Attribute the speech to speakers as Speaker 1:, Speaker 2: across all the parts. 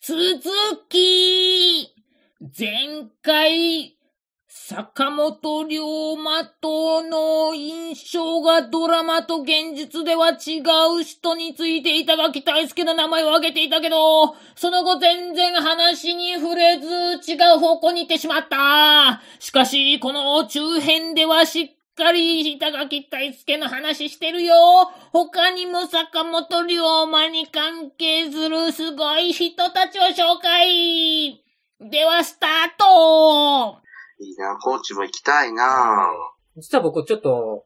Speaker 1: 続き前回、坂本龍馬との印象がドラマと現実では違う人についていただき大好きな名前を挙げていたけど、その後全然話に触れず違う方向に行ってしまった。しかし、この中編ではしっしっかり板垣大輔の話してるよ。他にも坂本龍馬に関係するすごい人たちを紹介。では、スタート
Speaker 2: いいな、高知も行きたいな
Speaker 3: 実は僕ちょっと、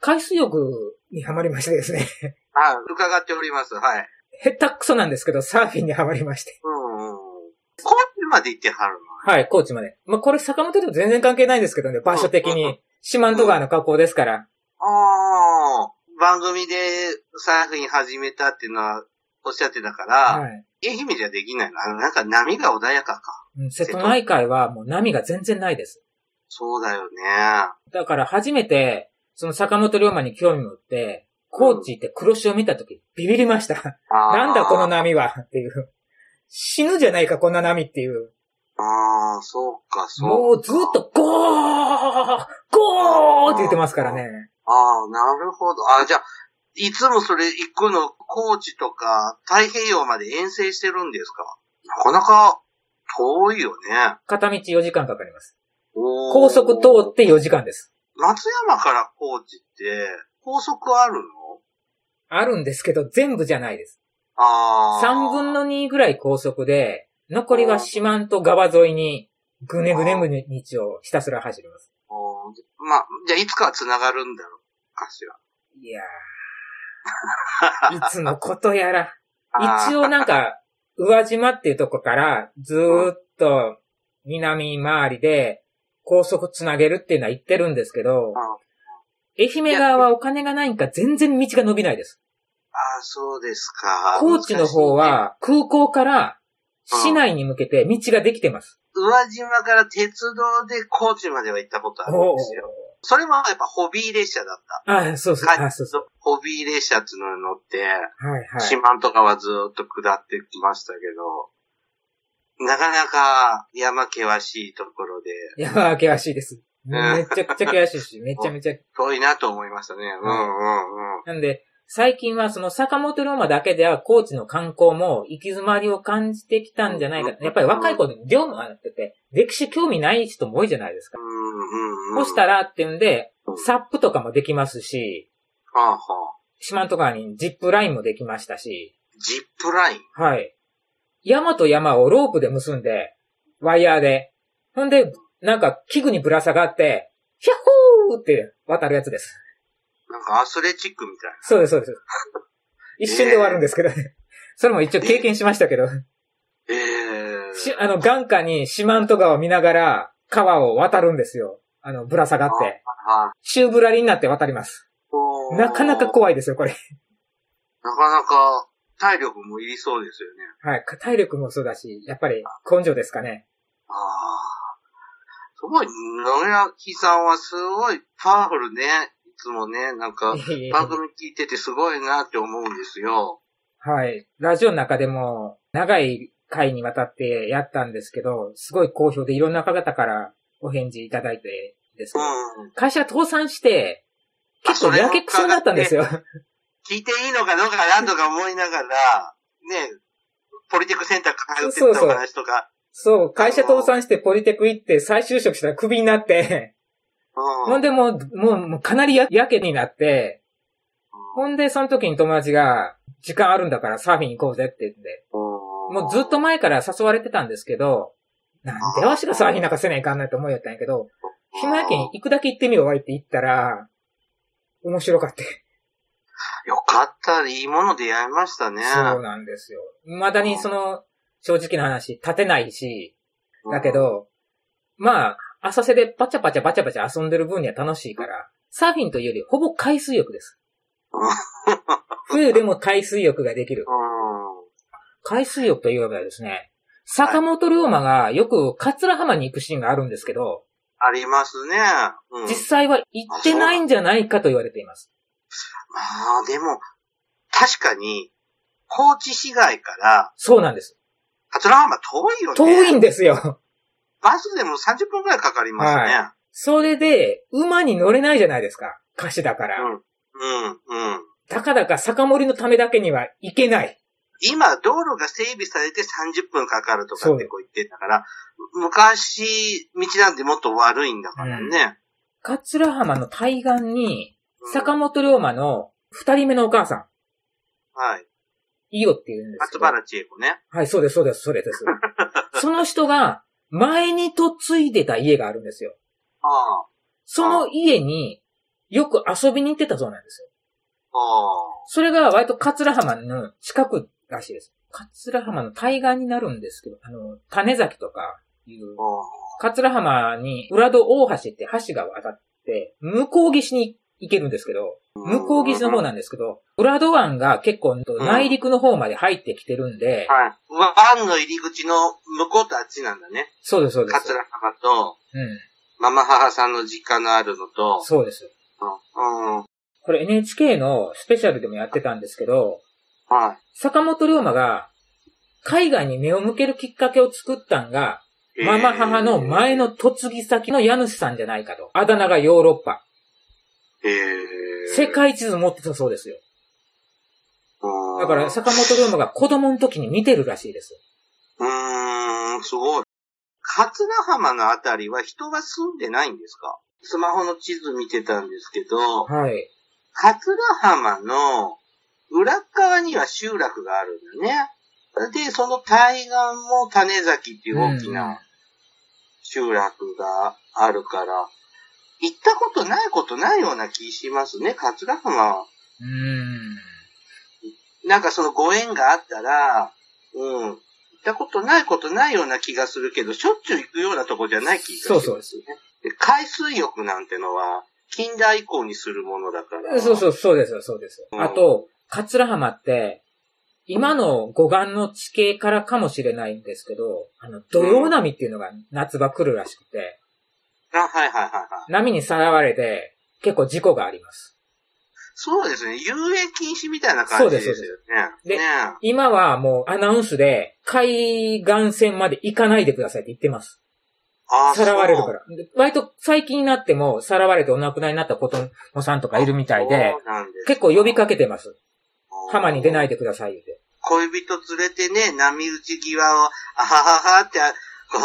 Speaker 3: 海水浴にハマりましてですね。
Speaker 2: あ、伺っております。はい。
Speaker 3: 下手くそなんですけど、サーフィンにハマりまして。
Speaker 2: うんうん。高知まで行ってはる
Speaker 3: はい、高知まで。まあ、これ坂本と全然関係ないんですけどね、場所的
Speaker 2: うんう
Speaker 3: に。四万十川の河口ですから。
Speaker 2: の。ああ、番組でサーフィン始めたっていうのはおっしゃってたから、
Speaker 3: はい。
Speaker 2: 愛媛じゃできないの。あの、なんか波が穏やかか。
Speaker 3: うん瀬戸内海はもう波が全然ないです。
Speaker 2: そうだよね。
Speaker 3: だから初めて、その坂本龍馬に興味を持って、高知行って黒潮を見た時、ビビりました。
Speaker 2: あー
Speaker 3: なんだこの。波はっていう。死ぬじゃないか、こんな波っていう。
Speaker 2: ああ、そうか、そうか。
Speaker 3: もうずっとゴーゴーって言ってますからね。
Speaker 2: ああ、なるほど。あじゃあ、いつもそれ行くの、高知とか太平洋まで遠征してるんですかなかなか遠いよね。
Speaker 3: 片道4時間かかります。
Speaker 2: おー
Speaker 3: 高速通って4時間です。
Speaker 2: 松山から高知って、高速あるの
Speaker 3: あるんですけど、全部じゃないです。
Speaker 2: ああ。
Speaker 3: 3分の2ぐらい高速で、残りは四万と川沿いに、ぐねぐねぐね道をひたすら走ります。
Speaker 2: おーまあ、じゃあいつかは繋がるんだろうかしら。
Speaker 3: いやー。いつのことやら。
Speaker 2: あー
Speaker 3: 一応なんか、宇和島っていうとこから、ずーっと、南回りで、高速つなげるっていうのは言ってるんですけど
Speaker 2: あ、
Speaker 3: 愛媛側はお金がないんか全然道が伸びないです。
Speaker 2: あー、そうですか。
Speaker 3: 高知の方
Speaker 2: 難しいね、
Speaker 3: は、空港から、市内に向けて道ができてます。
Speaker 2: 宇和島から鉄道で高知までは行ったことあるんですよ。それもやっぱホビー列車だった。
Speaker 3: ああ、そうそう、
Speaker 2: はい
Speaker 3: あそうそう。
Speaker 2: ホビー列車っていうのに乗って、
Speaker 3: はいは
Speaker 2: 四
Speaker 3: い。
Speaker 2: 万とかはずーっと下ってきましたけど、なかなか山険しいところで、
Speaker 3: 山は険しいです。めちゃくちゃ険しいし、めちゃめちゃ。
Speaker 2: 遠いなと思いましたね。うんうんうん。
Speaker 3: なんで、最近はその坂本龍馬だけでは高知の観光も行き詰まりを感じてきたんじゃないか。やっぱり若い子で龍馬になってて、歴史興味ない人も多いじゃないですか
Speaker 2: う。んうんう
Speaker 3: そ
Speaker 2: ん。
Speaker 3: した
Speaker 2: ら、
Speaker 3: らっていうんで
Speaker 2: うん、
Speaker 3: サップとかもできますし、
Speaker 2: はあはあ、
Speaker 3: 四万十川にジップラインもできましたし、
Speaker 2: ジップライン。
Speaker 3: はい。山と山をロープで結んで、ワイヤーで。ほんで、なんか器具にぶら下がって、ヒャッホーって渡るやつです。
Speaker 2: なんかアスレチックみたい
Speaker 3: そうです、そうです。一瞬で終わるんですけどね。それも一応経験しましたけど、
Speaker 2: な。ええ
Speaker 3: しあの、眼下に四万十川を見ながら川を渡るんですよ。あの、ぶら下がって。
Speaker 2: はあ
Speaker 3: 宙ぶらりになって渡ります。
Speaker 2: おー
Speaker 3: なかなか怖いですよ、これ。
Speaker 2: なかなか体力もいりそうですよね。
Speaker 3: はい。体力もそうだし、やっぱり根性ですかね。
Speaker 2: ああ。すごい、野木さんはすごいパワフルね。いつもね、なんか、
Speaker 3: いえいえいえ
Speaker 2: 番組聞いててすごいなって思うんですよ。
Speaker 3: はい。ラジオの中でも、長い回にわたってやったんですけど、すごい好評でいろんな方からお返事いただいてです
Speaker 2: う
Speaker 3: ね。
Speaker 2: ん。
Speaker 3: 会社倒産して、結構やけくそになったんですよ。
Speaker 2: 聞いていいのかどうかなとか思いながら、ね、ポリティックセンター通って
Speaker 3: そう
Speaker 2: た
Speaker 3: そう
Speaker 2: お話とか。
Speaker 3: そう、会社倒産してポリテク行って再就職したらクビになって、ほ
Speaker 2: うんん。
Speaker 3: でもう、もう、もうかなりややけになって、ほんでその時に友達が、時間あるんだからサーフィン行こうぜって言って、もうずっと前から誘われてたんですけど、なんでわしがサーフィンなんかせないかんないと思いやったんやけど、暇やけん行くだけ行ってみようわいって言ったら、面白かった。
Speaker 2: よかった、いいもの出会いましたね。
Speaker 3: そうなんですよ。未だにその、正直な話、立てないし、だけど、まあ、浅瀬でパチャパチャパチャパチャ遊んでる分には楽しいから、サーフィンというよりほぼ海水 浴です。冬でも海水浴ができる
Speaker 2: う。ん。
Speaker 3: 海水浴といえばですね、坂本龍馬がよく桂浜に行くシーンがあるんですけど、
Speaker 2: ありますね。うん。
Speaker 3: 実際は行ってないんじゃないかと言われています。
Speaker 2: まあ、でも、確かに、高知市街から
Speaker 3: そうなんです。
Speaker 2: 桂浜遠いよね。
Speaker 3: 遠いんですよ。
Speaker 2: バスでも30分くらいかかりますね。
Speaker 3: はそれで、馬に乗れないじゃないですか。歌詞だから。
Speaker 2: うんうん、うん。
Speaker 3: たかだか酒盛りのためだけには行けない。
Speaker 2: 今、道路が整備されて30分かかるとかってこう言ってんだから、昔、道なんてもっと悪いんだからね。
Speaker 3: 桂浜の対岸に、
Speaker 2: うん
Speaker 3: 坂本龍馬の二人目のお母さん、
Speaker 2: はい。
Speaker 3: イオって言うんです
Speaker 2: 松
Speaker 3: けど。
Speaker 2: 原千恵子ね。
Speaker 3: はい、そうです、そうです、そ れです。その人が、前に嫁いでた家があるんですよ。
Speaker 2: ああ、
Speaker 3: その家に、よく遊びに行ってたそうなんですよ。
Speaker 2: ああ。
Speaker 3: それが割と桂浜の近くらしいです。桂浜の対岸になるんですけど、あの、種崎とかいう、桂浜に裏戸大橋って橋が渡って、向こう岸に行けるんですけど、向こう岸の方
Speaker 2: な
Speaker 3: なんですけど、裏戸湾が結構内陸の方まで入ってきてるんで、
Speaker 2: はい。ワンの入り口の向こうとあっちなんだね。
Speaker 3: そうです、そうです。
Speaker 2: 桂浜と、
Speaker 3: うん。
Speaker 2: ママ母さんの実家のあるのと、
Speaker 3: そうです。
Speaker 2: うん。うん
Speaker 3: これ NHK のスペシャルでもやってたんですけど、
Speaker 2: は
Speaker 3: 坂本龍馬が海外に目を向けるきっかけを作ったんが、
Speaker 2: い。
Speaker 3: ママ母の前の嫁ぎ先の家主さんじゃないかと。あだ名がヨーロッパ。
Speaker 2: えー、えー
Speaker 3: 世。界地図持ってたそうですよ。
Speaker 2: うん
Speaker 3: だから、坂本龍馬が子供の時に見てるらしいです。
Speaker 2: うーん、すごい。桂浜のあたりは人が住んでないんですかスマホの地図見てたんですけど、
Speaker 3: はい。
Speaker 2: 桂浜の裏側には集落があるんだね。で、その対岸も種崎っていう大き
Speaker 3: うん
Speaker 2: な集落があるから、行ったことないことないような気しますね、桂浜。
Speaker 3: うーん。
Speaker 2: なんかそのご縁があったら、うん、行ったことないことないような気がするけど、しょっちゅう行くようなとこじゃない気がしますね。
Speaker 3: そうそう
Speaker 2: で海水浴なんてのは、近代以降にするものだから。
Speaker 3: そうそう、そうですよ、そうです
Speaker 2: う
Speaker 3: よ。
Speaker 2: ん
Speaker 3: あと、桂浜って、今の護岸の地形からかもしれないんですけど、あの、土曜波っていうのが夏場来るらしくて、
Speaker 2: あ、はいはいはいはい。
Speaker 3: 波にさらわれて、結構事故があります。
Speaker 2: そうですね。遊泳禁止みたいな感じですよね。
Speaker 3: そうですそうですで
Speaker 2: ね
Speaker 3: 今はもうアナウンスで、海岸線まで行かないでくださいって言ってます。
Speaker 2: あ。
Speaker 3: さらわれるからら。で割と最近になっても、さらわれてお亡くなりになった子供さんとかいるみたいで
Speaker 2: そう、なんです
Speaker 3: 結構呼びかけてます。
Speaker 2: あー
Speaker 3: 浜に出ないでくださいって。
Speaker 2: 恋人連れてね、波打ち際を、あはははって、あこ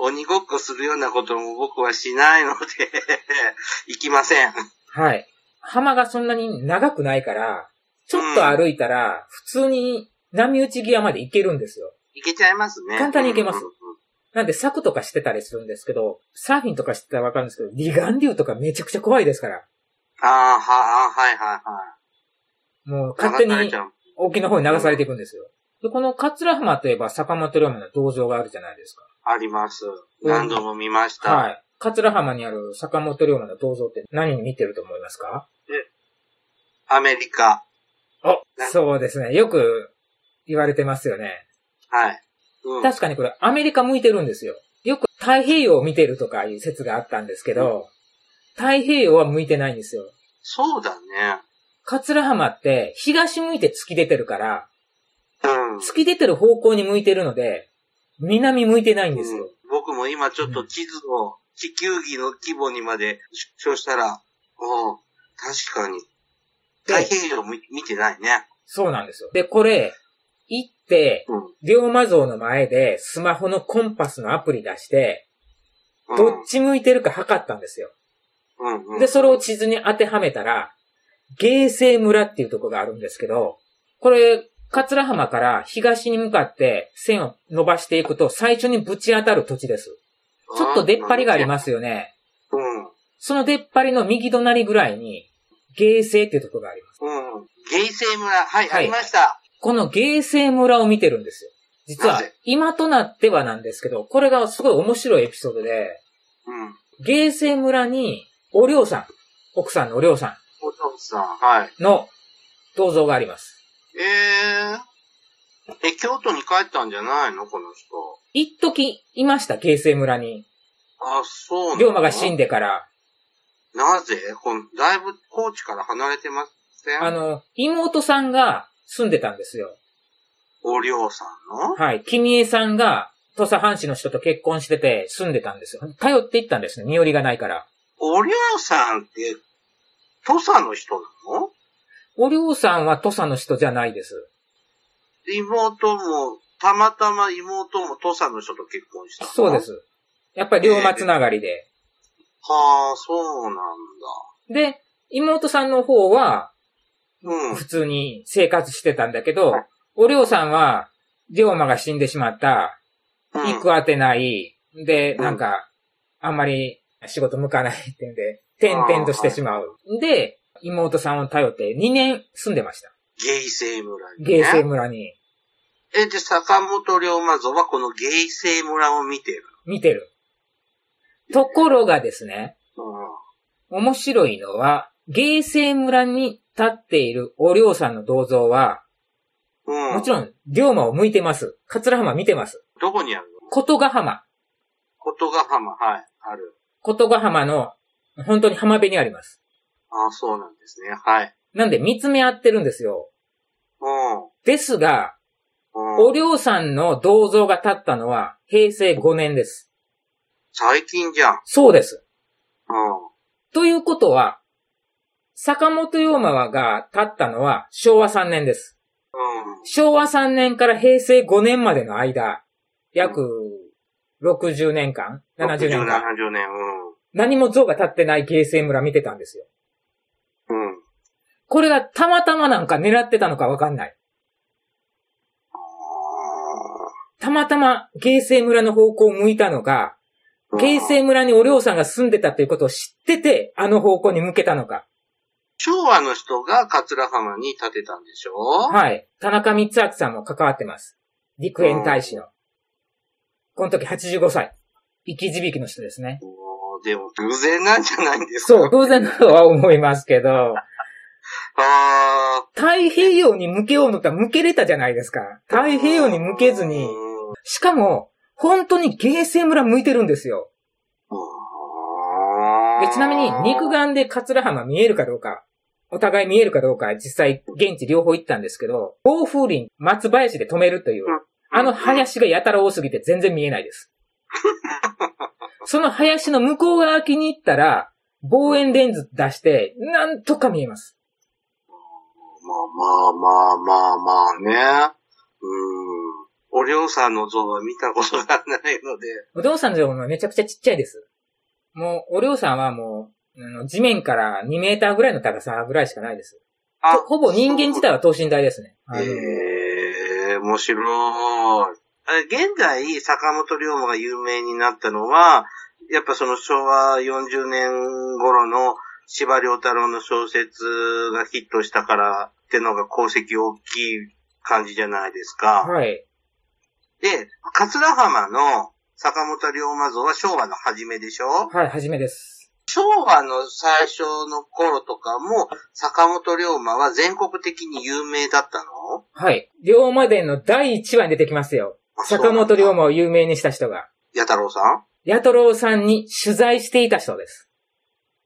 Speaker 2: う鬼ごっこするようなことも僕はしないので、 行きません。
Speaker 3: はい。浜がそんなに長くないから、ちょっと歩いたら、普通に波打ち際まで行けるんですよ。
Speaker 2: 行けちゃいますね。
Speaker 3: 簡単に行けます
Speaker 2: うんうんうん
Speaker 3: なんで柵とかしてたりするんですけど、サーフィンとかしてたらわかるんですけど、離岸流とかめちゃくちゃ怖いですから。
Speaker 2: ああ、は、あはいはいは
Speaker 3: もう
Speaker 2: い。
Speaker 3: 勝手
Speaker 2: 流され
Speaker 3: に
Speaker 2: ちゃう
Speaker 3: 沖の方に流されていくんですよ。で、この桂浜といえば坂本龍馬の銅像があるじゃないですか。
Speaker 2: あります。
Speaker 3: うん
Speaker 2: 何度も見ました。
Speaker 3: はい。桂浜にある坂本龍馬の銅像って何に似てると思いますか
Speaker 2: アメリカ。
Speaker 3: あ
Speaker 2: な
Speaker 3: そうですね。よく言われてますよね。
Speaker 2: はい。うん。
Speaker 3: 確かにこれアメリカ向いてるんですよ。よく太平洋を見てるとかいう説があったんですけど、太平洋は向いてないんですよ。
Speaker 2: そうだね。
Speaker 3: 桂浜って東向いて突き出てるから、
Speaker 2: うん。
Speaker 3: 突き出てる方向に向いてるので、南向いてないんですよ。
Speaker 2: うん僕も今ちょっと地図を地球儀の規模にまで縮小したら、おう確かに。
Speaker 3: で
Speaker 2: 太平洋見見てないね。
Speaker 3: そうなんですよ。で、これ、行って、
Speaker 2: うん。
Speaker 3: 龍馬像の前でスマホのコンパスのアプリ出して、
Speaker 2: うん
Speaker 3: どっち向いてるか測ったんですよ。
Speaker 2: うんうん
Speaker 3: で、それを地図に当てはめたら、芸西村っていうとこがあるんですけど、これ、桂浜から東に向かって線を伸ばしていくと最初にぶち当たる土地です。ちょっと出っ張りがありますよね。
Speaker 2: うん。
Speaker 3: その出っ張りの右隣ぐらいに、芸西っていうとこがあります。
Speaker 2: うん。ゲイセイ村。はい、
Speaker 3: は
Speaker 2: あ
Speaker 3: い
Speaker 2: りました。
Speaker 3: この芸西村を見てるんですよ。実
Speaker 2: な
Speaker 3: は
Speaker 2: ぜ、
Speaker 3: 今となってはなんですけど、これがすごい面白いエピソードで、
Speaker 2: うん。
Speaker 3: 芸西村に、おりょうさん、奥さんのおりょうさん、
Speaker 2: お父さん、はい。
Speaker 3: の銅像があります。
Speaker 2: えええ、京都に帰ったんじゃないのこの人。
Speaker 3: 一時いました、京成村に。
Speaker 2: あ、そうなの
Speaker 3: 龍馬が死んでから。
Speaker 2: なぜこの、だいぶ高知から離れてません
Speaker 3: あの、妹さんが住んでたんですよ。
Speaker 2: おりょうさんの
Speaker 3: はい。君江さんが、土佐藩士の人と結婚してて、住んでたんですよ。通っていったんですね。身寄りがないから。
Speaker 2: おりょうさんって、土佐の人なの
Speaker 3: おりょうさんは土佐の人じゃないです。
Speaker 2: 妹も、たまたま妹も土佐の人と結婚したの
Speaker 3: そうで。す。やっぱり龍馬つながりで。
Speaker 2: はあ、そうなんだ。
Speaker 3: で、妹さんの方は、
Speaker 2: うん。
Speaker 3: 普通に生活してたんだけど
Speaker 2: はい、
Speaker 3: おりょうさんは、龍馬が死んでしまった、
Speaker 2: うん
Speaker 3: 行くあてない、で、
Speaker 2: うん
Speaker 3: なんか、あんまり仕事向かないってんで、転々としてしまう。で、妹さんを頼って2年住んでました。
Speaker 2: ゲイ性村に、ね。
Speaker 3: 芸生村に
Speaker 2: え、で、坂本龍馬像はこのゲイ性村を見てる。
Speaker 3: 見てる。ところがですね、
Speaker 2: うん。
Speaker 3: 面白いのは、芸生村に立っているおりょうさんの銅像は、
Speaker 2: うん。
Speaker 3: もちろん、龍馬を向いてます。桂浜見てます。
Speaker 2: どこにあるの
Speaker 3: 琴ヶ浜。
Speaker 2: 琴ヶ浜、はい、ある。
Speaker 3: 琴ヶ浜の、本当に浜辺にあります。
Speaker 2: ああ、そうなんですね。はい。
Speaker 3: なんで見つめ合ってるんですよ。
Speaker 2: うん。
Speaker 3: ですが、
Speaker 2: うん
Speaker 3: おりょうさんの銅像が立ったのは平成5年です。
Speaker 2: 最近じゃん。
Speaker 3: そうです。
Speaker 2: う
Speaker 3: ということは、坂本龍馬が立ったのは昭和3年です。
Speaker 2: ん。うん。
Speaker 3: 昭和3年から平成5年までの間、約60年間、70年間、
Speaker 2: 70年、う
Speaker 3: 何も像が立ってない芸生村見てたんですよ。
Speaker 2: ん。うん。
Speaker 3: これがたまたまなんか狙ってたのかわかんない。たまたま芸生村の方向を向いたのが、
Speaker 2: うん
Speaker 3: 芸生村にお涼さんが住んでたということを知ってて、あの方向に向けたのか。
Speaker 2: 昭和の人が桂浜に建てたんでしょ
Speaker 3: はい。田中光明さんも関わってます。陸縁大使の。この時85歳。生き字引の人ですね。
Speaker 2: もうでも、偶然なんじゃないんですか
Speaker 3: そう、偶然だとは思いますけど、
Speaker 2: あ
Speaker 3: 太平洋に向けようのったら向けれたじゃないですか。
Speaker 2: ー
Speaker 3: 太平洋に向けずに
Speaker 2: う、ん
Speaker 3: しかも、本当に芸生村向いてるんですよ。でちなみに、肉。眼で桂浜見えるかどうか、お互い見えるかどうか、実際、現地両方行ったんですけど、暴風林、松林で止めるという
Speaker 2: うん、
Speaker 3: あの林がやたら多すぎて全然見えないです。 その林の向こう側気に行ったら、望遠レンズ出して、なんとか見えます。
Speaker 2: まあまあまあまあまあね。うん。おりょうさんの像は見たことがないので。
Speaker 3: お嬢さんの像もめちゃくちゃちっちゃいです。もう、お嬢さんはもう、あの地面から2メーターぐらいの高さぐらいしかないです。
Speaker 2: あ
Speaker 3: ほほぼ人間自体は等身大ですね。あの
Speaker 2: ええー、面白い。あ現在、坂本龍馬が有名になったのは、やっぱその昭和40年頃の柴良太郎の小説がヒットしたからってのが功績大きい感じじゃないですか。
Speaker 3: はい。
Speaker 2: で、桂浜の坂本龍馬像は昭和の初めでしょ
Speaker 3: はい、はじめです。
Speaker 2: 昭和の最初の頃とかも坂本龍馬は全国的に有名だったの
Speaker 3: はい。龍馬伝の第1話に出てきますよ。坂本龍。馬を有名にした人が、
Speaker 2: 弥太郎さん
Speaker 3: 八太郎さんに取材していた人です。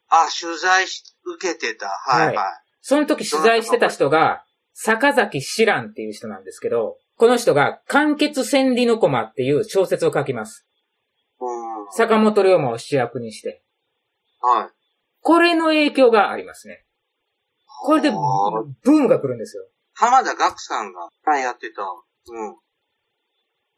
Speaker 2: あ、取材し、受けてた。はいはい。
Speaker 3: はその時取材してた人が、坂崎志蘭っていう人なんですけど、この人が、完結千里の駒っていう小説を書きます。
Speaker 2: うん。
Speaker 3: 坂本龍馬を主役にして。
Speaker 2: はい。
Speaker 3: これの影響がありますね。これで、
Speaker 2: あ
Speaker 3: ブ
Speaker 2: ー
Speaker 3: ームが来るんですよ。
Speaker 2: 浜田岳さんが、はい、やってた。うん。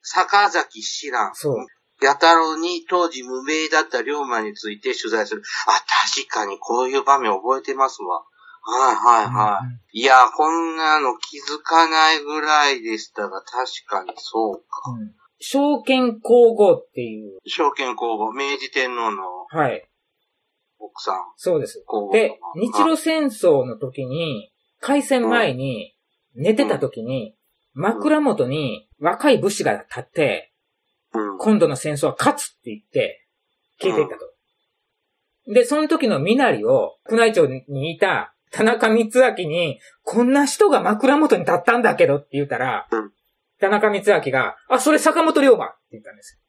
Speaker 2: 坂崎志蘭。
Speaker 3: そう。
Speaker 2: 弥太郎に当時無名だった龍馬について取材する。あ、確かにこういう場面覚えてますわ。はいはいはい。いや、こんなの気づかないぐらいでしたが、確かにそうか。
Speaker 3: うんうん証券皇后っていう、
Speaker 2: 証券工房、明治天皇の
Speaker 3: はい、
Speaker 2: 奥さん、
Speaker 3: そうです。
Speaker 2: 皇后
Speaker 3: で
Speaker 2: 様、
Speaker 3: 日露戦争の時に、開戦前に、寝てた時に、枕元に若い武士が立って、
Speaker 2: うん
Speaker 3: 今度の戦争は勝つって言って、聞いていたと。で、その時の身なりを、宮内庁にいた田中光明に、こんな人が枕元に立ったんだけどって言ったら
Speaker 2: うん、
Speaker 3: 田中光明が、あ、それ坂本龍馬って言ったんです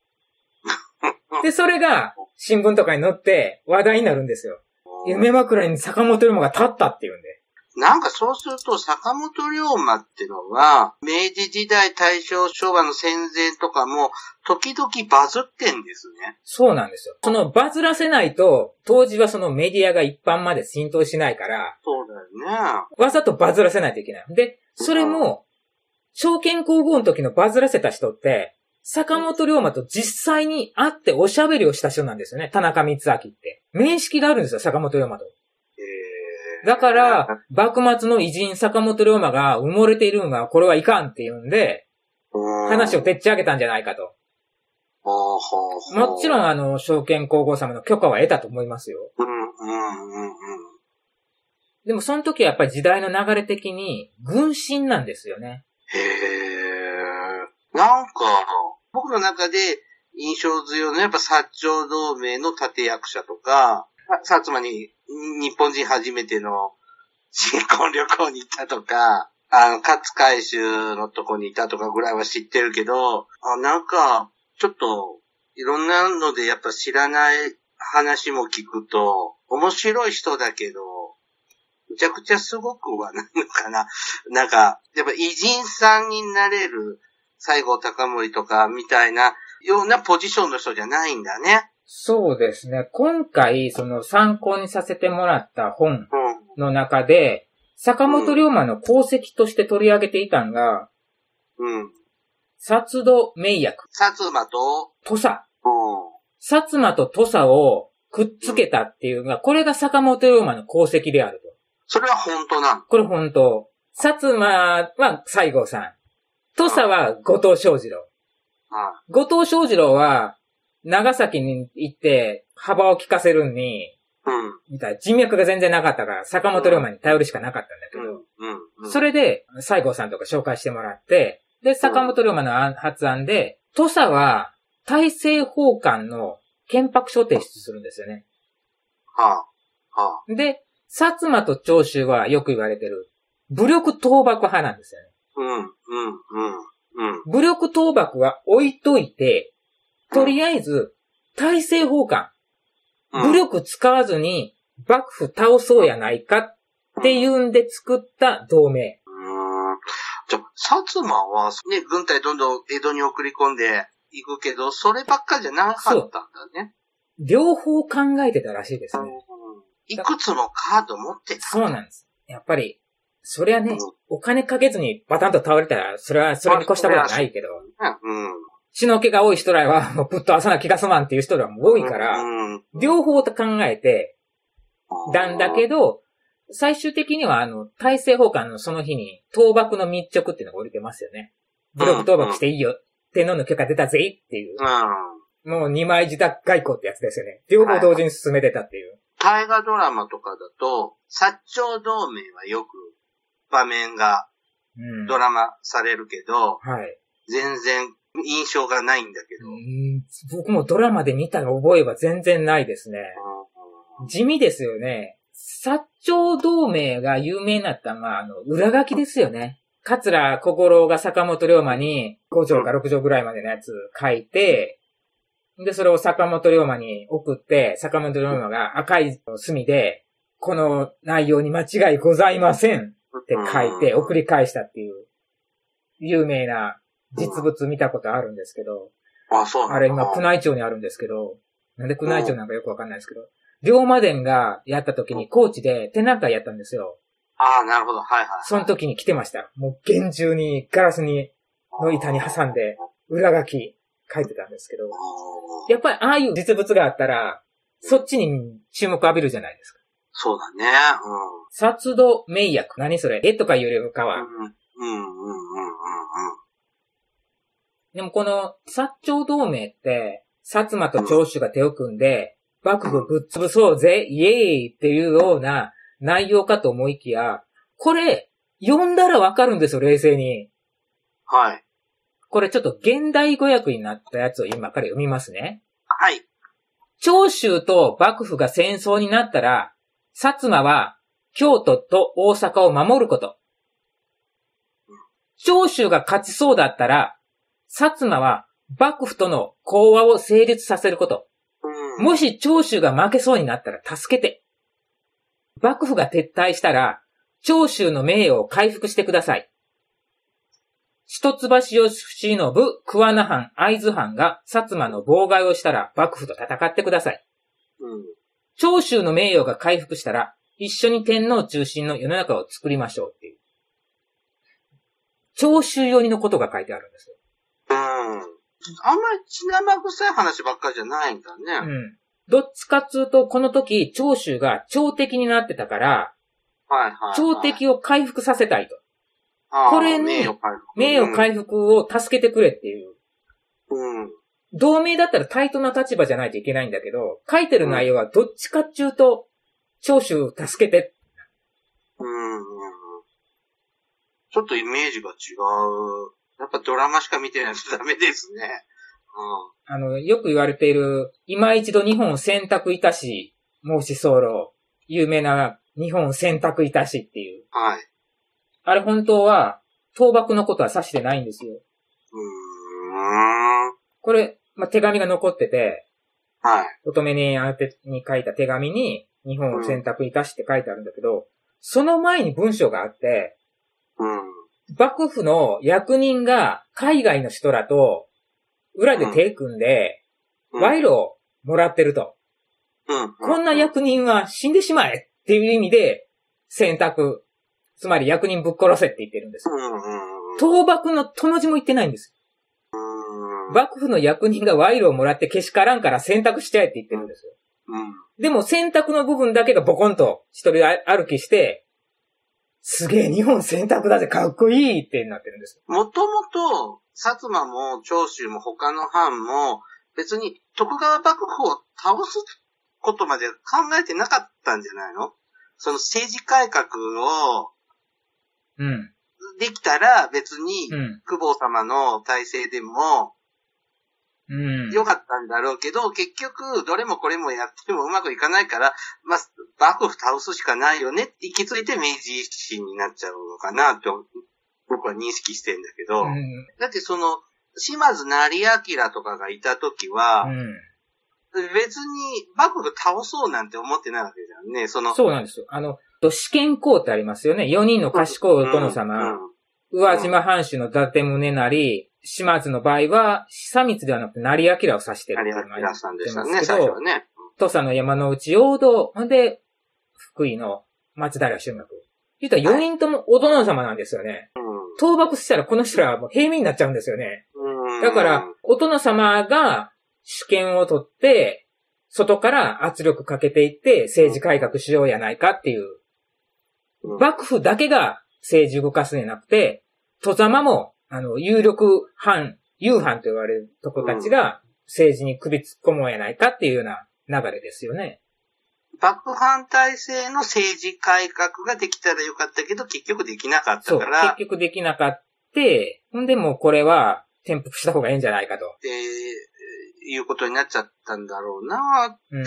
Speaker 3: よ。で、それが、新聞とかに載って話題になるんですよ。夢枕に坂本龍馬が立ったって言うんで。
Speaker 2: なんかそうすると、坂本龍馬ってのは、明治時代、大正、昭和の戦前とかも、時々バズってんですね。
Speaker 3: そうなんですよ。そのバズらせないと、当時はそのメディアが一般まで浸透しないから、
Speaker 2: そうだよね。
Speaker 3: わざとバズらせないといけない。で、それも、証券皇后の時のバズらせた人って、坂本龍馬と実際に会っておしゃべりをした人なんですよね。田中光明って。面識があるんですよ、坂本龍馬と。
Speaker 2: えー
Speaker 3: だから、幕末の偉人坂本龍馬が埋もれているのは、これはいかんって言うんで、話を
Speaker 2: て、
Speaker 3: でっち上げたんじゃないかと。
Speaker 2: ほうほうほう
Speaker 3: もちろん、あの、証券皇后様の許可は得たと思いますよ。
Speaker 2: うん、うん、うん、うん。
Speaker 3: でも、その時はやっぱり時代の流れ的に、軍神なんですよね。
Speaker 2: へえ。なんか、僕の中で印象強いのはやっぱ薩長同盟の立役者とか、さ薩摩に日本人初めての新婚旅行に行ったとか、あの、勝海舟のとこにいたとかぐらいは知ってるけど、あなんか、ちょっと、いろんなのでやっぱ知らない話も聞くと、面白い人だけど、めちゃくちゃすごくはないのかな。なんか、やっぱ偉人さんになれる西郷隆盛とかみたいなようなポジションの人じゃないんだね。
Speaker 3: そうですね。今回、その参考にさせてもらった本
Speaker 2: うん。
Speaker 3: の中で、坂本龍馬の功績として取り上げていたのが、
Speaker 2: うん。
Speaker 3: 薩戸名役、
Speaker 2: 薩摩と、
Speaker 3: 土佐、
Speaker 2: う
Speaker 3: 薩摩と土佐をくっつけたっていうのが、これが坂本龍馬の功績であると。
Speaker 2: ん。それは本当なの。
Speaker 3: これ本当。薩摩は西郷さん。土佐は後藤正二郎。
Speaker 2: は
Speaker 3: 後藤正二郎は、長崎に行って幅を利かせるのに、
Speaker 2: い。うん。
Speaker 3: みたいな人脈が全然なかったから、坂本龍馬に頼るしかなかったんだけ
Speaker 2: うん。
Speaker 3: ど、
Speaker 2: うん。うん。
Speaker 3: それで、西郷さんとか紹介してもらって、で、坂本龍馬の案発案で、土佐は、大政奉還の憲白書を提出するんですよね。
Speaker 2: はあ。はあ。
Speaker 3: で、薩摩と長州はよく言われてる、武力倒幕派なんですよね。
Speaker 2: うん。うん。うん。うん。
Speaker 3: 武力倒幕は置いといて、とりあえず、大政奉還、武力使わずに幕府倒そうやないかっていうんで作った同盟。
Speaker 2: うん。じゃ、薩摩は、ね、軍隊どんどん江戸に送り込んでいくけど、そればっかじゃなかったんだね。
Speaker 3: 両方考えてたらしいです
Speaker 2: うん
Speaker 3: ね。。
Speaker 2: いくつもカード持ってた。
Speaker 3: そうなんです。やっぱり、そりゃね
Speaker 2: うん、
Speaker 3: お金かけずにバタンと倒れたら、それは、それに越したことはないけど、
Speaker 2: うん。
Speaker 3: 血の気が多い人らはもうぶっ飛ばさな気がすまんっていう人らも多いから、
Speaker 2: うん、
Speaker 3: 両方と考えてたんだけど、最終的にはあの、大政奉還のその日に、倒幕の密着っていうのが降りてますよね。武力倒幕していいよ。天皇の許可出たぜっていう。
Speaker 2: うん。
Speaker 3: もう二枚自宅外交ってやつですよね。両方同時に進めてたっていう。
Speaker 2: 大河ドラマとかだと、薩長同盟はよく場面が
Speaker 3: うん。
Speaker 2: ドラマされるけど、
Speaker 3: はい。
Speaker 2: 全然印象がないんだけど。
Speaker 3: うん僕もドラマで見た覚えは全然ないですね。地味ですよね。薩長同盟が有名になったのは、あの、裏書きですよね。桂小五郎が坂本龍馬に5条か6条ぐらいまでのやつ書いて、で、それを坂本龍馬に送って、坂本龍馬が赤い墨で、この内容に間違いございません。って書いて送
Speaker 2: り。
Speaker 3: り返したっていう、有名な実物見たことあるんですけど、
Speaker 2: あ、そうなんだ
Speaker 3: あれ今宮内庁にあるんですけど、なんで宮内庁なんかよくわかんないですけど、龍馬伝がやった時に高知で展覧会やったんですよ。
Speaker 2: ああ、なるほど。はいはい。
Speaker 3: その時に来てました。もう厳重にガラスに、の板に挟んで、裏書き書いてたんですけど、やっぱりああいう実物があったら、そっちに注目浴びるじゃないですか。
Speaker 2: そうだね。
Speaker 3: 殺土名役。何それ絵とかいうよりか
Speaker 2: う
Speaker 3: は、
Speaker 2: ん。うん。うん。うん。うん。
Speaker 3: でもこの、薩長同盟って、薩摩と長州が手を組んで、幕府ぶっ潰そうぜ、イエーイっていうような内容かと思いきや、これ、読んだらわかるんですよ、冷静に。
Speaker 2: はい。
Speaker 3: これちょっと現代語訳になったやつを今から読みますね。
Speaker 2: はい。
Speaker 3: 長州と幕府が戦争になったら、薩摩は京都と大阪を守ること。長州が勝ちそうだったら、薩摩は幕府との講和を成立させること。
Speaker 2: うん。
Speaker 3: もし長州が負けそうになったら助けて。幕府が撤退したら、長州の名誉を回復してください。一橋を忍ぶ桑名藩、会津藩が薩摩の妨害をしたら幕府と戦ってください。
Speaker 2: うん。
Speaker 3: 長州の名誉が回復したら、一緒に天皇中心の世の中を作りましょうっていう。長州寄りのことが書いてあるんですよ。
Speaker 2: うん。あんまり血生臭い話ばっかりじゃないんだ
Speaker 3: う
Speaker 2: ね。
Speaker 3: ん。どっちかっつうと、この時、長州が朝敵になってたから、
Speaker 2: はいはいはい。
Speaker 3: 朝敵を回復させたいと。
Speaker 2: あー、
Speaker 3: これに
Speaker 2: 名誉回復。
Speaker 3: 名誉回復を助けてくれっていう。
Speaker 2: 復。うん。
Speaker 3: 同盟だったら対等な立場じゃないといけないんだけど、書いてる内容はどっちかっちゅうと、長州を助けて、
Speaker 2: うんうん。ちょっとイメージが違う。やっぱドラマしか見てないとダメですね。
Speaker 3: あの、よく言われている、今一度日本を選択いたし、申し候、有名な日本を選択いたしっていう。
Speaker 2: うん。はい。
Speaker 3: あれ本当は、倒幕のことは指してないんですよ。
Speaker 2: うーん。
Speaker 3: これ、まあ、手紙が残ってて、
Speaker 2: はい。
Speaker 3: 乙女に宛てに書いた手紙に、日本を選択いたしって書いてあるんだけど、その前に文章があって、
Speaker 2: うん。
Speaker 3: 幕府の役人が海外の人らと裏で手組んで
Speaker 2: うん
Speaker 3: 賄賂をもらってると。
Speaker 2: うん。
Speaker 3: こんな役人は死んでしまえっていう意味で選択。つまり役人ぶっ殺せって言ってるんです
Speaker 2: う。んうんうん。
Speaker 3: 倒幕のとの字も言ってないんです。
Speaker 2: うん。
Speaker 3: 幕府の役人が賄賂をもらってけしからんから選択しちゃえって言ってるんですよ。
Speaker 2: うん。
Speaker 3: でも選択の部分だけがボコンと一人歩きして、すげえ日本選択だぜかっこいいってなってるんです。
Speaker 2: もともと、薩摩も長州も他の藩も、別に徳川幕府を倒すことまで考えてなかったんじゃないのその政治改革を
Speaker 3: うん。
Speaker 2: できたら別に、
Speaker 3: うん。
Speaker 2: 久保様の体制でも
Speaker 3: うん。
Speaker 2: 良かったんだろうけど、結局、どれもこれもやってもうまくいかないから、まあ、幕府倒すしかないよねって行き着いて明治維新になっちゃうのかなと、僕は認識してんだけど、
Speaker 3: うん
Speaker 2: だってその、島津成明とかがいた時は、別に幕府倒そうなんて思ってないわけじゃんね、その、
Speaker 3: そうなんですよ。あの、試験校ってありますよね。4人の賢いお殿
Speaker 2: うん
Speaker 3: 様。
Speaker 2: うん
Speaker 3: 宇和島藩主の伊達宗成、島津の場合は、久光ではなくて成明を指してるっていうのが
Speaker 2: 成明さんでした
Speaker 3: 言
Speaker 2: ね、
Speaker 3: ってます
Speaker 2: 最
Speaker 3: け
Speaker 2: 初
Speaker 3: ど
Speaker 2: はね。
Speaker 3: 土佐の山の内陽道、ほんで、福井の松平春学。言ったら4人ともお殿様なんですよね。倒幕したらこの人らはもう平民になっちゃうんですよね。
Speaker 2: うんうん
Speaker 3: だから、お殿様が主権を取って、外から圧力かけていって政治改革しようやないかっていう
Speaker 2: うん
Speaker 3: 幕府だけが政治動かすんじゃなくて、戸様も、あの、有力藩、有藩と言われるとこたちが政治に首突っ込もうやないかっていうような流れですよね。
Speaker 2: 幕藩体制の政治改革ができたらよかったけど、結局できなかった
Speaker 3: そう。
Speaker 2: か
Speaker 3: 結
Speaker 2: ら、
Speaker 3: 局できなかって、ほんでもうこれは転覆した方がいいんじゃないかと。
Speaker 2: っていうことになっちゃったんだろうな。
Speaker 3: うん。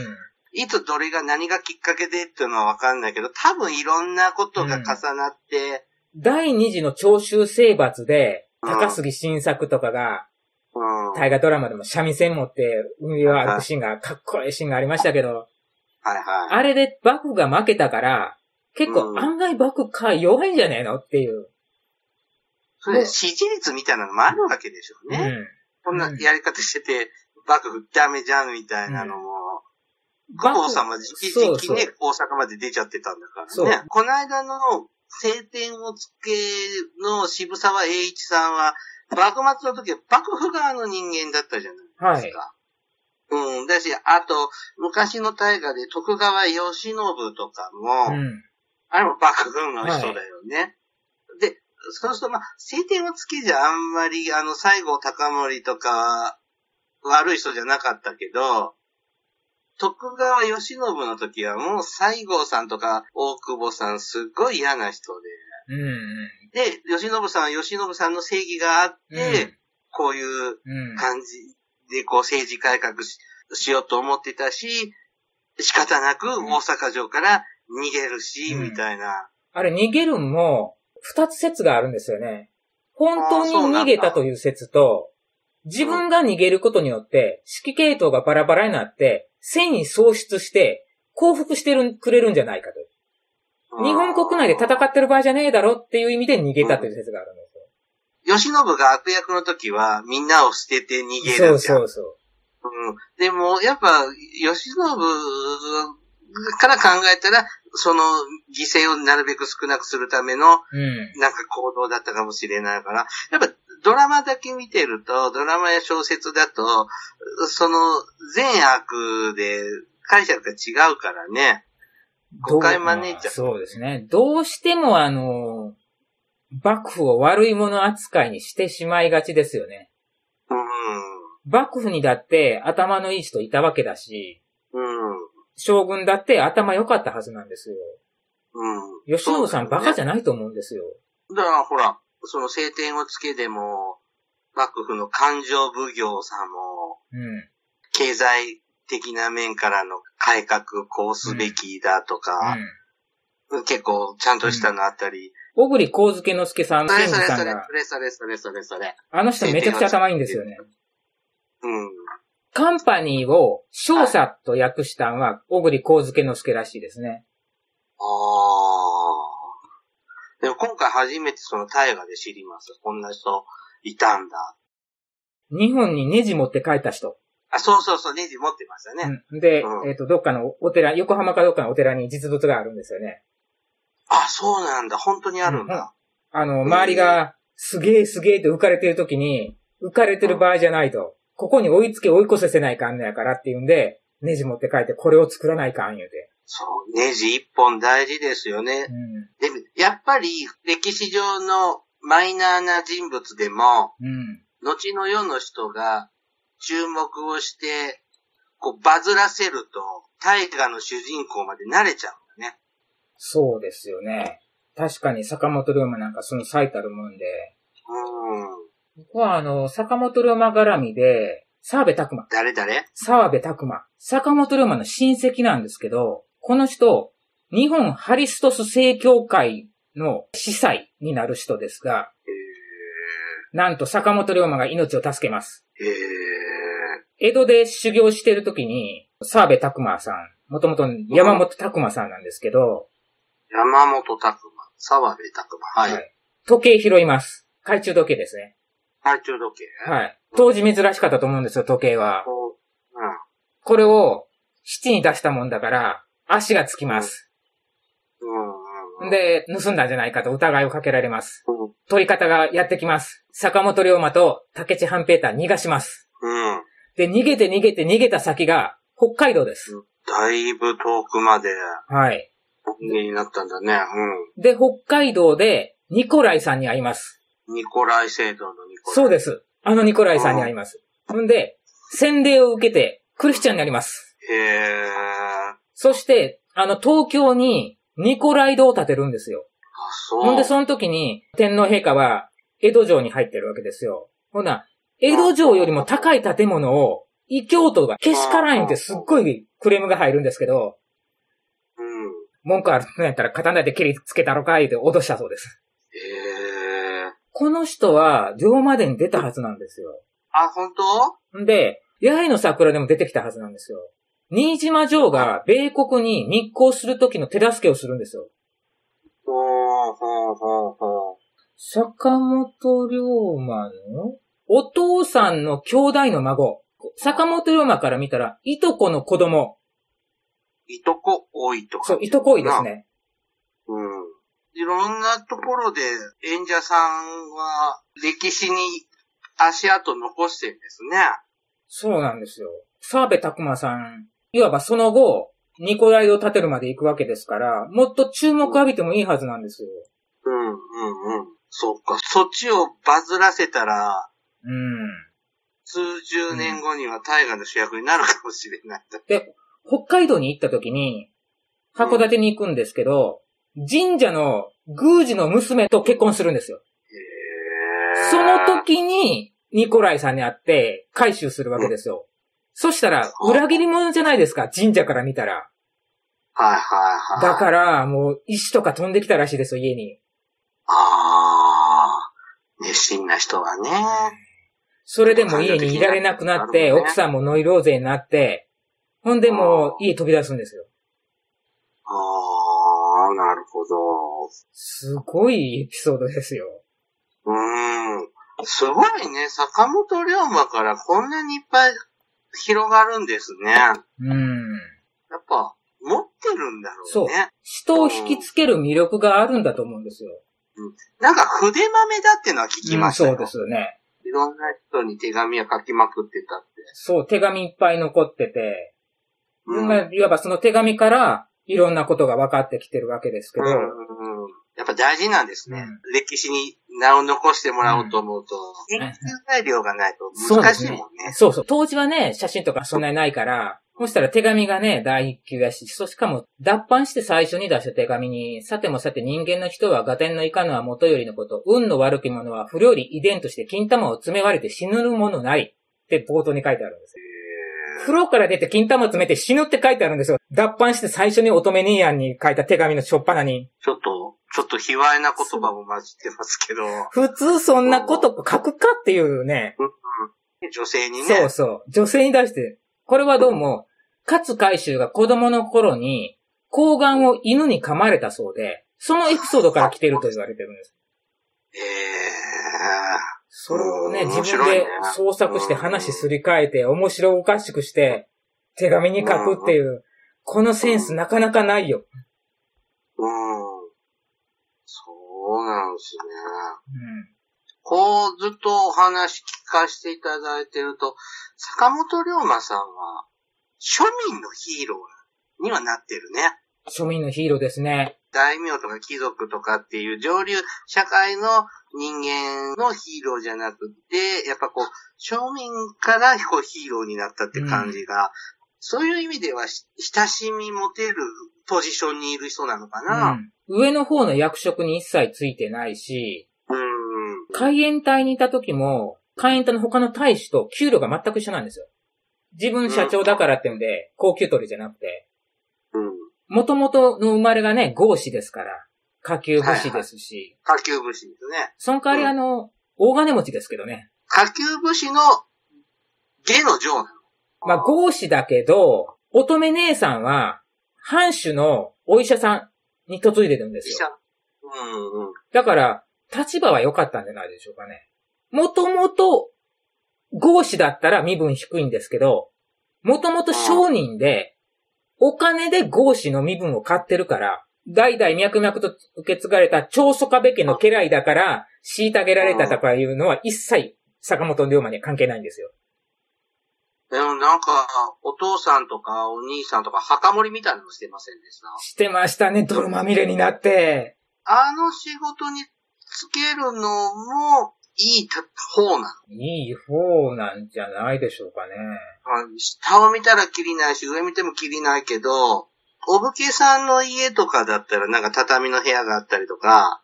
Speaker 2: いつどれが何がきっかけでっていうのはわかんないけど、多分いろんなことが重なって、
Speaker 3: 第二次の長州征伐で、高杉晋作とかが、
Speaker 2: うん。はい
Speaker 3: 大河ドラマでも三味線持って海を歩くシーンが、かっこいいシーンがありましたけど、
Speaker 2: はい。
Speaker 3: あれで幕府が負けたから、結構案外幕府か弱いんじゃねえのっていう。
Speaker 2: それ、支持率みたいなのもあるわけでしょう
Speaker 3: う
Speaker 2: ね。
Speaker 3: ん。
Speaker 2: こんなやり方してて、幕府ダメじゃんみたいなのも。久保様直
Speaker 3: そう
Speaker 2: 々
Speaker 3: そう
Speaker 2: ね、大阪まで出ちゃってたんだか
Speaker 3: そう
Speaker 2: らね。この間の晴天をつけの渋沢栄一さんは、幕末の時は幕府側の人間だったじゃないですか。うん。だし、あと、昔の大河で徳川慶喜とか
Speaker 3: う
Speaker 2: も、
Speaker 3: ん。
Speaker 2: あれも幕府の人だよね。で、そうすると、まあ、晴天をつけじゃあんまり、あの、西郷隆盛とか、悪い人じゃなかったけど、徳川慶喜の時はもう西郷さんとか大久保さんすっごい嫌な人
Speaker 3: うん。
Speaker 2: で。で、慶喜さんは慶喜さんの正義があって、こういう
Speaker 3: うん。
Speaker 2: 感じでこう政治改革ししようと思ってたし、仕方なく大阪城から逃げるし、
Speaker 3: うん
Speaker 2: みたいな。
Speaker 3: あれ、逃げるんも、二つ説があるんですよね。本当に逃げたという説と、自分が逃げることによって、指揮系統がバラバラになって、戦意喪失して、降伏してるくれるんじゃないかと。
Speaker 2: ううん
Speaker 3: 日本国内で戦ってる場合じゃねえだろっていう意味で逃げたという説があるんですよ。
Speaker 2: 吉信が悪役の時は、みんなを捨てて逃げるじゃ
Speaker 3: そ
Speaker 2: ん。
Speaker 3: うそうそう。
Speaker 2: うん。でも、やっぱ、吉信から考えたら、その犠牲をなるべく少なくするための、
Speaker 3: うん。
Speaker 2: なんか行動だったかもしれないから、やっぱドラマだけ見てると、ドラマや小説だと、その善悪で解釈が違うからね。誤解招いちゃう
Speaker 3: そうですね。どうしてもあの、幕府を悪いもの扱いにしてしまいがちですよね。
Speaker 2: う
Speaker 3: 幕府にだって頭のいい人いたわけだし、
Speaker 2: ん。うん。
Speaker 3: 将軍だって頭良かったはずなんですよ。
Speaker 2: うん。
Speaker 3: 吉野さんバカじゃ
Speaker 2: ゃ
Speaker 3: ないと思うんですよ。
Speaker 2: だからほら、その晴天をつけでも、幕府の勘定奉行さんも、
Speaker 3: うん。
Speaker 2: 経済的な面からの改革、こうすべきだと
Speaker 3: う
Speaker 2: か、
Speaker 3: ん。
Speaker 2: 結構ちゃんとしたのあったり、
Speaker 3: 小栗光介之助さん、
Speaker 2: そ
Speaker 3: 新
Speaker 2: れ
Speaker 3: 司
Speaker 2: それ
Speaker 3: さ
Speaker 2: そ
Speaker 3: ん
Speaker 2: れ
Speaker 3: が
Speaker 2: そ、れそれそれそれそれ。
Speaker 3: あの人めちゃくちゃ頭いいんですよね。
Speaker 2: うん。
Speaker 3: カンパニーを少佐と訳したんは小栗光介之助らしいですね。
Speaker 2: ああ。でも今回初めてその大河で知ります。こんな人いたんだ。
Speaker 3: 日本にネジ持って帰った人。
Speaker 2: あ、そうそうそう、ネジ持ってましたね。
Speaker 3: うんで、
Speaker 2: うん
Speaker 3: えっ、と、どっかのお寺、横浜かどっかのお寺に実物があるんですよね。
Speaker 2: あ、そうなんだ。本当にあるんだ。
Speaker 3: あの、周りが、すげえすげえって浮かれてる時に、浮かれてる場合じゃないと、ここに追いつけ追い越せせないかんのやからっていうんで、ネジ持って帰ってこれを作らないかん言うて。
Speaker 2: そう、ネジ一本大事ですよね
Speaker 3: う。ん。
Speaker 2: でも、やっぱり歴史上のマイナーな人物でも、
Speaker 3: うん。
Speaker 2: 後の世の人が注目をして、こう、バズらせると、大河の主人公まで慣れちゃうんだね。
Speaker 3: そうですよね。確かに坂本龍馬なんかその最たるもんで、
Speaker 2: うん。
Speaker 3: 僕はあの、坂本龍馬絡みで、澤部拓馬。
Speaker 2: 誰誰
Speaker 3: 澤部拓馬。坂本龍馬の親戚なんですけど、この人、日本ハリストス正教会の司祭になる人ですが、なんと坂本龍馬が命を助けます。
Speaker 2: へえ。
Speaker 3: 江戸で修行してる時に、澤部拓馬さん、もともと山本拓馬さんなんですけど、
Speaker 2: 山本拓馬、沢部拓馬。はい。
Speaker 3: はい時計拾います。懐中時計ですね。
Speaker 2: 懐中時計。い。
Speaker 3: はい。当時珍しかったと思うんですよ、時計は。
Speaker 2: こう、うん。
Speaker 3: これを、七に出したもんだから、足がつきます。
Speaker 2: うんうんうん、
Speaker 3: で、盗んだんじゃないかと疑いをかけられます。
Speaker 2: うん。
Speaker 3: 取り方がやってきます。坂本龍馬と竹地半平太逃がします。
Speaker 2: うん。
Speaker 3: で、逃げて逃げて逃げた先が、北海道です。
Speaker 2: だいぶ遠くまで
Speaker 3: はい。
Speaker 2: 人間になったんだね。
Speaker 3: で、北海道で、ニコライさんに会います。
Speaker 2: うん。ニコライ聖堂のニコライ。。
Speaker 3: そうですす。あのニコライさんに会います。ほんで、洗礼を受けて、クリスチャンになります。
Speaker 2: へえ。あ、
Speaker 3: そして、あの、東京に、ニコライ堂を建てるんですよ。
Speaker 2: そう。
Speaker 3: ほんで、その時に、天皇陛下は、江戸城に入ってるわけですよ。ほな、江戸城よりも高い建物を、異教徒がけしからんってすっごいクレームが入るんですけど、
Speaker 2: うん。
Speaker 3: 文句あるんやったら刀で切りつけたろかいって脅したそうです。
Speaker 2: へえ。
Speaker 3: この人は、龍馬伝に出たはずなんですよ。
Speaker 2: あ、本当
Speaker 3: んで、八重の桜でも出てきたはずなんですよ。新島城が米国に密航する時の手助けをするんですよ。
Speaker 2: ほうほうほうほう。
Speaker 3: 坂本龍馬のお父さんの兄弟の孫。坂本龍馬から見たら、いとこの子供。
Speaker 2: いとこ多いとか。
Speaker 3: そう、いとこいですね。
Speaker 2: うん。いろんなところで演者さんは歴史に足跡残してるんですね。
Speaker 3: そうなんですよ。澤部拓馬さん、いわばその後、ニコライドを建てるまで行くわけですから、もっと注目浴びてもいいはずなんですよ。
Speaker 2: うんうんうん。そっか。そっちをバズらせたら、
Speaker 3: うん。
Speaker 2: 数十年後には大河の主役になるかもしれない。
Speaker 3: 北海道に行った時に、函館に行くんですけど、神社の宮司の娘と結婚するんですよ。
Speaker 2: へ
Speaker 3: その時に、ニコライさんに会って、回収するわけですよ。そしたら、裏切り者じゃないですか、神社から見たら。
Speaker 2: はいはいはい。。
Speaker 3: だからら、もう、石とか飛んできたらしいですよ、家に。
Speaker 2: ああ、熱心な人はね。
Speaker 3: それでも家にいられなくなっ
Speaker 2: な
Speaker 3: て、
Speaker 2: るほどね
Speaker 3: 奥さんもノイローゼになって、ほんでもう、家飛び出すんですよ。
Speaker 2: ああ、なるほど。
Speaker 3: すごいエピソードですよ。
Speaker 2: うーん。すごいね。坂本龍馬からこんなにいっぱい広がるんですね。や
Speaker 3: うん。
Speaker 2: っぱ、持ってるんだろ
Speaker 3: そう
Speaker 2: うね。
Speaker 3: 人を引きつける魅力があるんだと思うんですよ。
Speaker 2: なんか筆豆だってのは聞きましたよ。
Speaker 3: うんそうですよね。
Speaker 2: いろんな人に手紙を書きまくってたって。
Speaker 3: そう、手紙いっぱい残ってて、
Speaker 2: うん。
Speaker 3: まあ、いわばその手紙からいろんなことが分かってきてるわけですけど、
Speaker 2: うんうんうんやっぱ大事なんですね。
Speaker 3: うん
Speaker 2: 歴史に名を残してもらおうと思うと、
Speaker 3: ん
Speaker 2: 研究材料がないと
Speaker 3: そうで
Speaker 2: 難
Speaker 3: す
Speaker 2: しいも
Speaker 3: ね
Speaker 2: んね。
Speaker 3: そうそう、当時はね、写真とかそんなにないから、そしたら手紙がね、第一級やし、そうしかも脱版して最初に出した手紙に、さてもさて人間の人は合点のいかぬは元よりのこと、運の悪き者は不良理遺伝として金玉を詰め割れて死ぬるものなり。って冒頭に書いてあるんですよ。風呂から出て金玉詰めて死ぬって書いてあるんですよ。脱版して最初に乙女兄やんに書いた手紙のしょっぱなに。
Speaker 2: ちょっと、ちょっと卑猥な言葉も混じってますけど、
Speaker 3: 普通そんなこと書くかっていうね。
Speaker 2: 女性にね。
Speaker 3: そうそう。女性に対して。これはどうも、勝海舟が子供の頃に、睾丸を犬に噛まれたそうで、そのエピソードから来てると言われてるんです。
Speaker 2: え
Speaker 3: それをね、
Speaker 2: うん
Speaker 3: 自
Speaker 2: 面
Speaker 3: 分
Speaker 2: 白い
Speaker 3: で
Speaker 2: ね
Speaker 3: 創作して話すり替えて、面白おかしくして、手紙に書くっていう、このセンスなかなかないよ。
Speaker 2: ー、うん。そうなんですね。
Speaker 3: うん
Speaker 2: こうずっとお話聞かせていただいてると、坂本龍馬さんは、庶民のヒーローにはなってるね。
Speaker 3: 庶民のヒーローですね。
Speaker 2: 大名とか貴族とかっていう上流社会の人間のヒーローじゃなくて、やっぱこう、庶民からこうヒーローになったって感じが、そういう意味ではし親しみ持てるポジションにいる人なのかな。
Speaker 3: うん上の方の役職に一切ついてないし、
Speaker 2: うん。
Speaker 3: 海援隊にいた時も、海援隊の他の大使と給料が全く一緒なんですよ。自分社長だからってんで、高給取りじゃなくて、
Speaker 2: うん。
Speaker 3: 元々の生まれがね、豪士ですから、下級武士ですし、
Speaker 2: 下級武士ですね。
Speaker 3: その代わりあの、大金持ちですけどね。
Speaker 2: 下級武士の下の上なの。
Speaker 3: まあ、豪士だけど、乙女姉さんは、藩主のお医者さんに嫁いでるんで
Speaker 2: 医
Speaker 3: す
Speaker 2: 者
Speaker 3: よ。。
Speaker 2: うんうん。
Speaker 3: だから、立場は良かったんじゃないでしょうかね。もともと、合士だったら身分低いんですけど、もともと商人で、お金で合士の身分を買ってるから、代々脈々と受け継がれた長宗我部家の家来だから、虐げられたとかいうのは一切坂本龍馬には関係ないんですよ。
Speaker 2: でもなんか、お父さんとかお兄さんとか墓守りみたいなのしてませんでした
Speaker 3: してましたね、泥まみれになって。
Speaker 2: あの仕事につけるのもいい方なの。
Speaker 3: いい方なんじゃないでしょうかね。
Speaker 2: あ下を見たら切りないし、上見ても切りないけど、お武家さんの家とかだったらなんか畳の部屋があったりとか、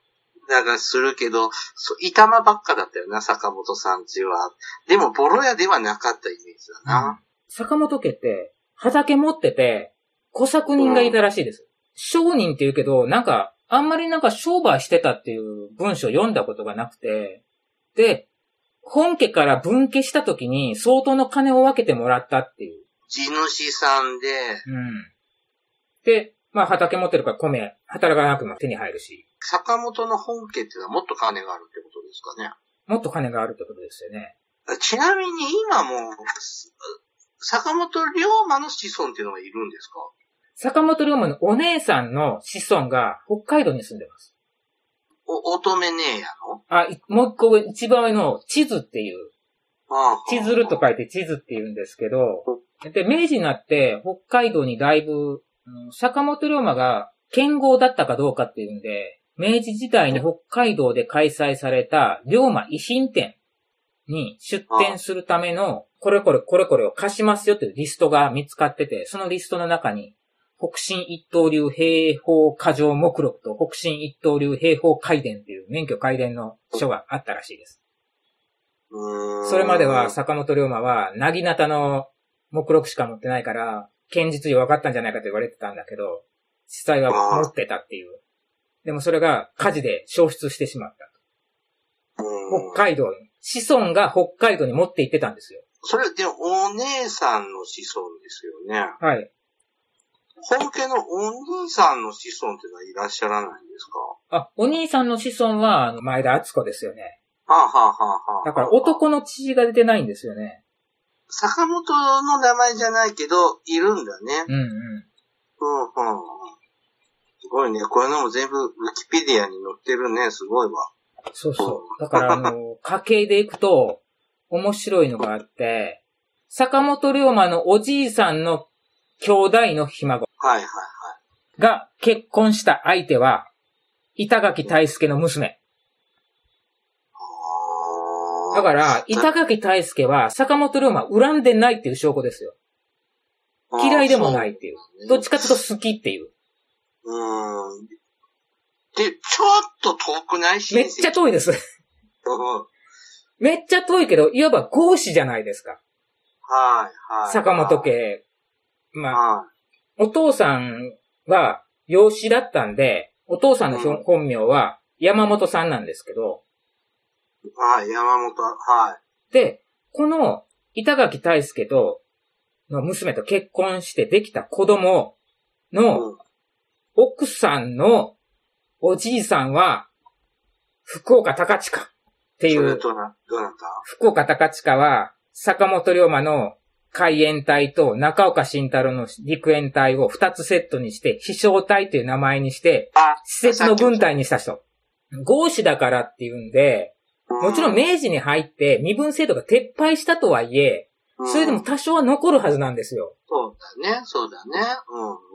Speaker 2: なんかするけど、そう板間ばっかだったよな、坂本さんちは。でも、ボロ屋ではなかったイメージだな。
Speaker 3: 坂本家って、畑持ってて、小作人がいたらしいです。商人って言うけど、なんか、あんまりなんか商売してたっていう文章読んだことがなくて、で、本家から分家した時に相当の金を分けてもらったっていう。
Speaker 2: 地主さんで、
Speaker 3: うん。で、まあ畑持ってるから米、働かなくても手に入るし、
Speaker 2: 坂本の本家っていうのはもっと金があるってことですかね。
Speaker 3: もっと金があるってことですよね。
Speaker 2: ちなみに今も、す坂本龍馬の子孫っていうのがいるんですか
Speaker 3: 坂本龍馬のお姉さんの子孫が北海道に住んでます。
Speaker 2: お、乙女姉やの
Speaker 3: あ、いもう一個上、一番上の地図っていう
Speaker 2: ああ
Speaker 3: 千鶴と。書いて地図って言うんですけど、で、明治になって北海道にだいぶ、うん坂本龍馬が剣豪だったかどうかっていうんで、明治時代に北海道で開催された龍馬遺品展に出展するための、これこれこれこれを貸しますよっていうリストが見つかってて、そのリストの中に、北進一刀流兵法過剰目録と北進一刀流兵法改伝っていう免許改伝の書があったらしいです。
Speaker 2: うーん
Speaker 3: それまでは、坂本龍馬は、なぎなたの目録しか持ってないから、剣術よ分かったんじゃないかと言われてたんだけど、実際は持ってたっていう。でもそれが火事で消失してしまった。
Speaker 2: うん
Speaker 3: 北海道に。子孫が北海道に持って行ってたんですよ。
Speaker 2: それでもお姉さんの子孫ですよね。
Speaker 3: はい。
Speaker 2: 本家のお兄さんの子孫っていうのはいらっしゃらないんですか
Speaker 3: あ、お兄さんの子孫は、あの前田敦子ですよね。
Speaker 2: はあ、はあはあはあ、
Speaker 3: だから男の父が出てないんですよね。
Speaker 2: 坂本の名前じゃないけど、いるんだね。
Speaker 3: うんう
Speaker 2: う
Speaker 3: ん。
Speaker 2: ん、うん。すごいね。こういうのも全部、ウィキペディアに載ってるね。すごいわ。
Speaker 3: そうそう。だから、あ の、家系で行くと、面白いのがあって、坂本龍馬のおじいさんの兄弟のひ孫
Speaker 2: はいはいはい。
Speaker 3: が結婚した相手は、板垣大助の娘。
Speaker 2: あー
Speaker 3: だから、板垣大助は坂本龍馬を恨んでないっていう証拠ですよ。嫌いでもないっていう。どっちかというと好きっていう。
Speaker 2: うん。で、ちょっと遠くないし。
Speaker 3: めっちゃ遠いです。
Speaker 2: うん
Speaker 3: めっちゃ遠いけど、いわば合子じゃないですか。
Speaker 2: はいはい。
Speaker 3: 坂本。家。まあ、
Speaker 2: は
Speaker 3: お父さんは養子だったんで、お父さんのひ
Speaker 2: う
Speaker 3: ょ
Speaker 2: ん
Speaker 3: 本名は山本さんなんですけど、
Speaker 2: い。はい、山本。はい。
Speaker 3: で、この板垣大助と、の娘と結婚してできた子供の
Speaker 2: うん
Speaker 3: 奥さんのおじいさんは、福岡高近ってい
Speaker 2: それ
Speaker 3: う、
Speaker 2: とな、どうなった
Speaker 3: 福岡高近は坂本龍馬の海援隊と中岡慎太郎の陸援隊を二つセットにして、飛翔隊という名前にして、
Speaker 2: あ、
Speaker 3: 施設の軍隊にした人。合子だからっていうんで、もちろん明治に入って身分制度が撤廃したとはいえ、
Speaker 2: うん、
Speaker 3: それでも
Speaker 2: うん
Speaker 3: 多少は残るはずなんですよ。
Speaker 2: そうだね、そうだね。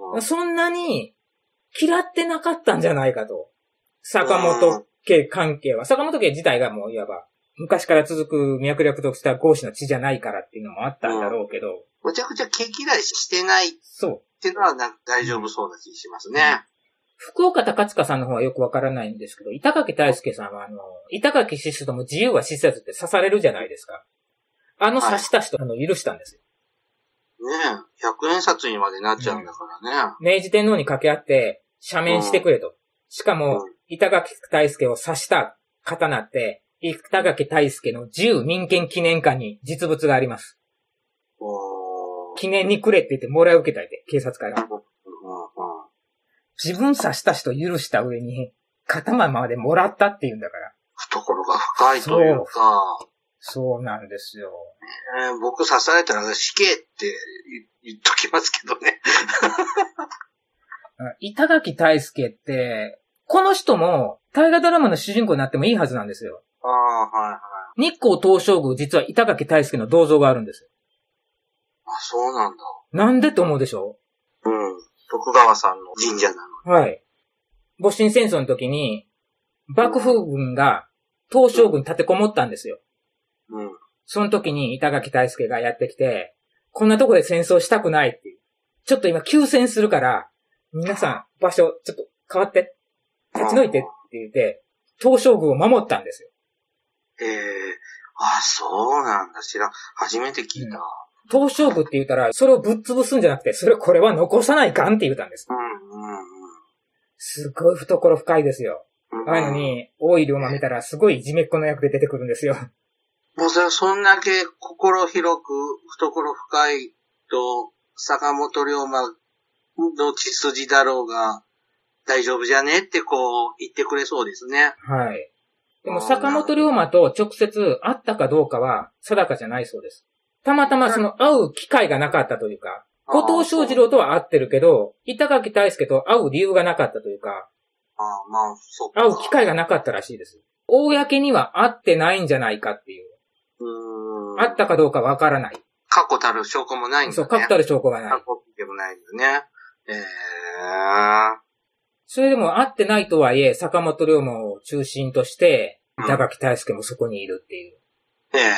Speaker 2: うん、うん。
Speaker 3: そんなに嫌ってなかったんじゃないかと。坂本家関係は。坂本家自体がもういわば、昔から続く脈々とした合子の血じゃないからっていうのもあったんだろうけど、
Speaker 2: むちゃくちゃ毛嫌いしてないっ
Speaker 3: そう。
Speaker 2: てのはなんか大丈夫そうな気しますね。
Speaker 3: 福岡高塚さんの方はよくわからないんですけど、板垣大輔さんは、あの、板垣シスとも自由は死せずって刺されるじゃないですか。あの刺した人、あの、許したんですよ。
Speaker 2: ねえ、100円札にまでなっちゃうんだからね。
Speaker 3: 明治天皇に掛け合って、赦免してくれと。しかも
Speaker 2: うん、
Speaker 3: 板垣大輔を刺した刀って、板垣大輔の自由民権記念館に実物があります。
Speaker 2: おー
Speaker 3: 記念にくれって言ってもらい受けたいって、警察から。
Speaker 2: う
Speaker 3: 自分刺した人許した上に、刀までもらったって言うんだから。
Speaker 2: 懐が深いというか、
Speaker 3: そうなんですよ。
Speaker 2: えー僕刺されたら死刑って言言っときますけどね。
Speaker 3: うん板垣大輔って、この人も大河ドラマの主人公になってもいいはずなんですよ。
Speaker 2: ああ、はいはい。
Speaker 3: 日光東照宮実は板垣大輔の銅像があるんですよ。
Speaker 2: あ、そうなんだ。
Speaker 3: なんでと思うでしょ
Speaker 2: うん。徳川さんの神社なの。
Speaker 3: うはい。戊辰戦争の時に、幕府軍が東照宮に立てこもったんですよ。
Speaker 2: うん。
Speaker 3: その時に板垣大輔がやってきて、こんなとこで戦争したくないっていう。ちょっと今休戦するから、皆さん場所ちょっと変わって、立ち退いてって言って、東照宮を守ったんですよ。
Speaker 2: ええあ、そうなんだ。知らん。初めて聞いた。
Speaker 3: 東照宮って言ったら、それをぶっ潰すんじゃなくて、それこれは残さないかんって言ったんです
Speaker 2: う。ん、うん、
Speaker 3: すごい懐深いですよ。
Speaker 2: うん。
Speaker 3: ああいうのに、大井龍馬見たら、すごいいじめっ子の役で出てくるんですよ。
Speaker 2: もうそれはそんだけ心広く、懐深いと、坂本龍馬の血筋だろうが、大丈夫じゃねってこう言ってくれそうですね。
Speaker 3: はい。でも、
Speaker 2: あー
Speaker 3: 坂本龍馬と直接会ったかどうかは、定かじゃないそうです。たまたまその会う機会がなかったというか、
Speaker 2: あー
Speaker 3: 後藤正二郎とは会ってるけど、板垣大輔と会う理由がなかったというか、
Speaker 2: ああ、まあ、そっか。
Speaker 3: 会う機会がなかったらしいです。公には会ってないんじゃないかっていう。
Speaker 2: うーん。
Speaker 3: 会ったかどうかわからない。
Speaker 2: 過去たる証拠もないんだね。
Speaker 3: そう、確たる証拠がない
Speaker 2: 過。去でもないんだね。ええ
Speaker 3: それでも会ってないとはいえ、坂本龍馬を中心として、
Speaker 2: うん
Speaker 3: 板垣大輔もそこにいるっていう、
Speaker 2: ええ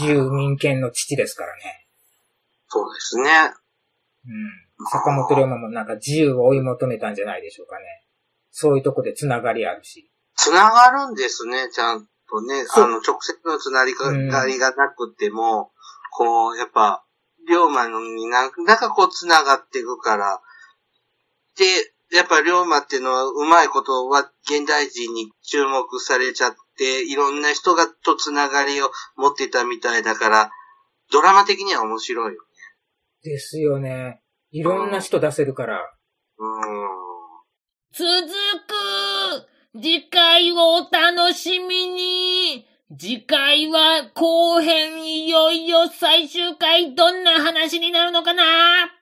Speaker 3: 自由民権の父ですからね。
Speaker 2: そうですね。
Speaker 3: うん。坂本龍馬もなんか自由を追い求めたんじゃないでしょうかね。そういうとこでつながりあるし。
Speaker 2: つながるんですね、ちゃんとね。あ
Speaker 3: そう
Speaker 2: の、直接のつながりがなくても、こう、やっぱ、龍馬のになんかこう、つながっていくから。で、やっぱ龍馬っていうのは、うまいことは、現代人に注目されちゃって、いろんな人がとつながりを持ってたみたいだから、ドラマ的には面白いよ。
Speaker 3: ですよね。いろんな人出せるから。
Speaker 2: う
Speaker 1: 続く次回をお楽しみに次回は後編いよいよ最終回どんな話になるのか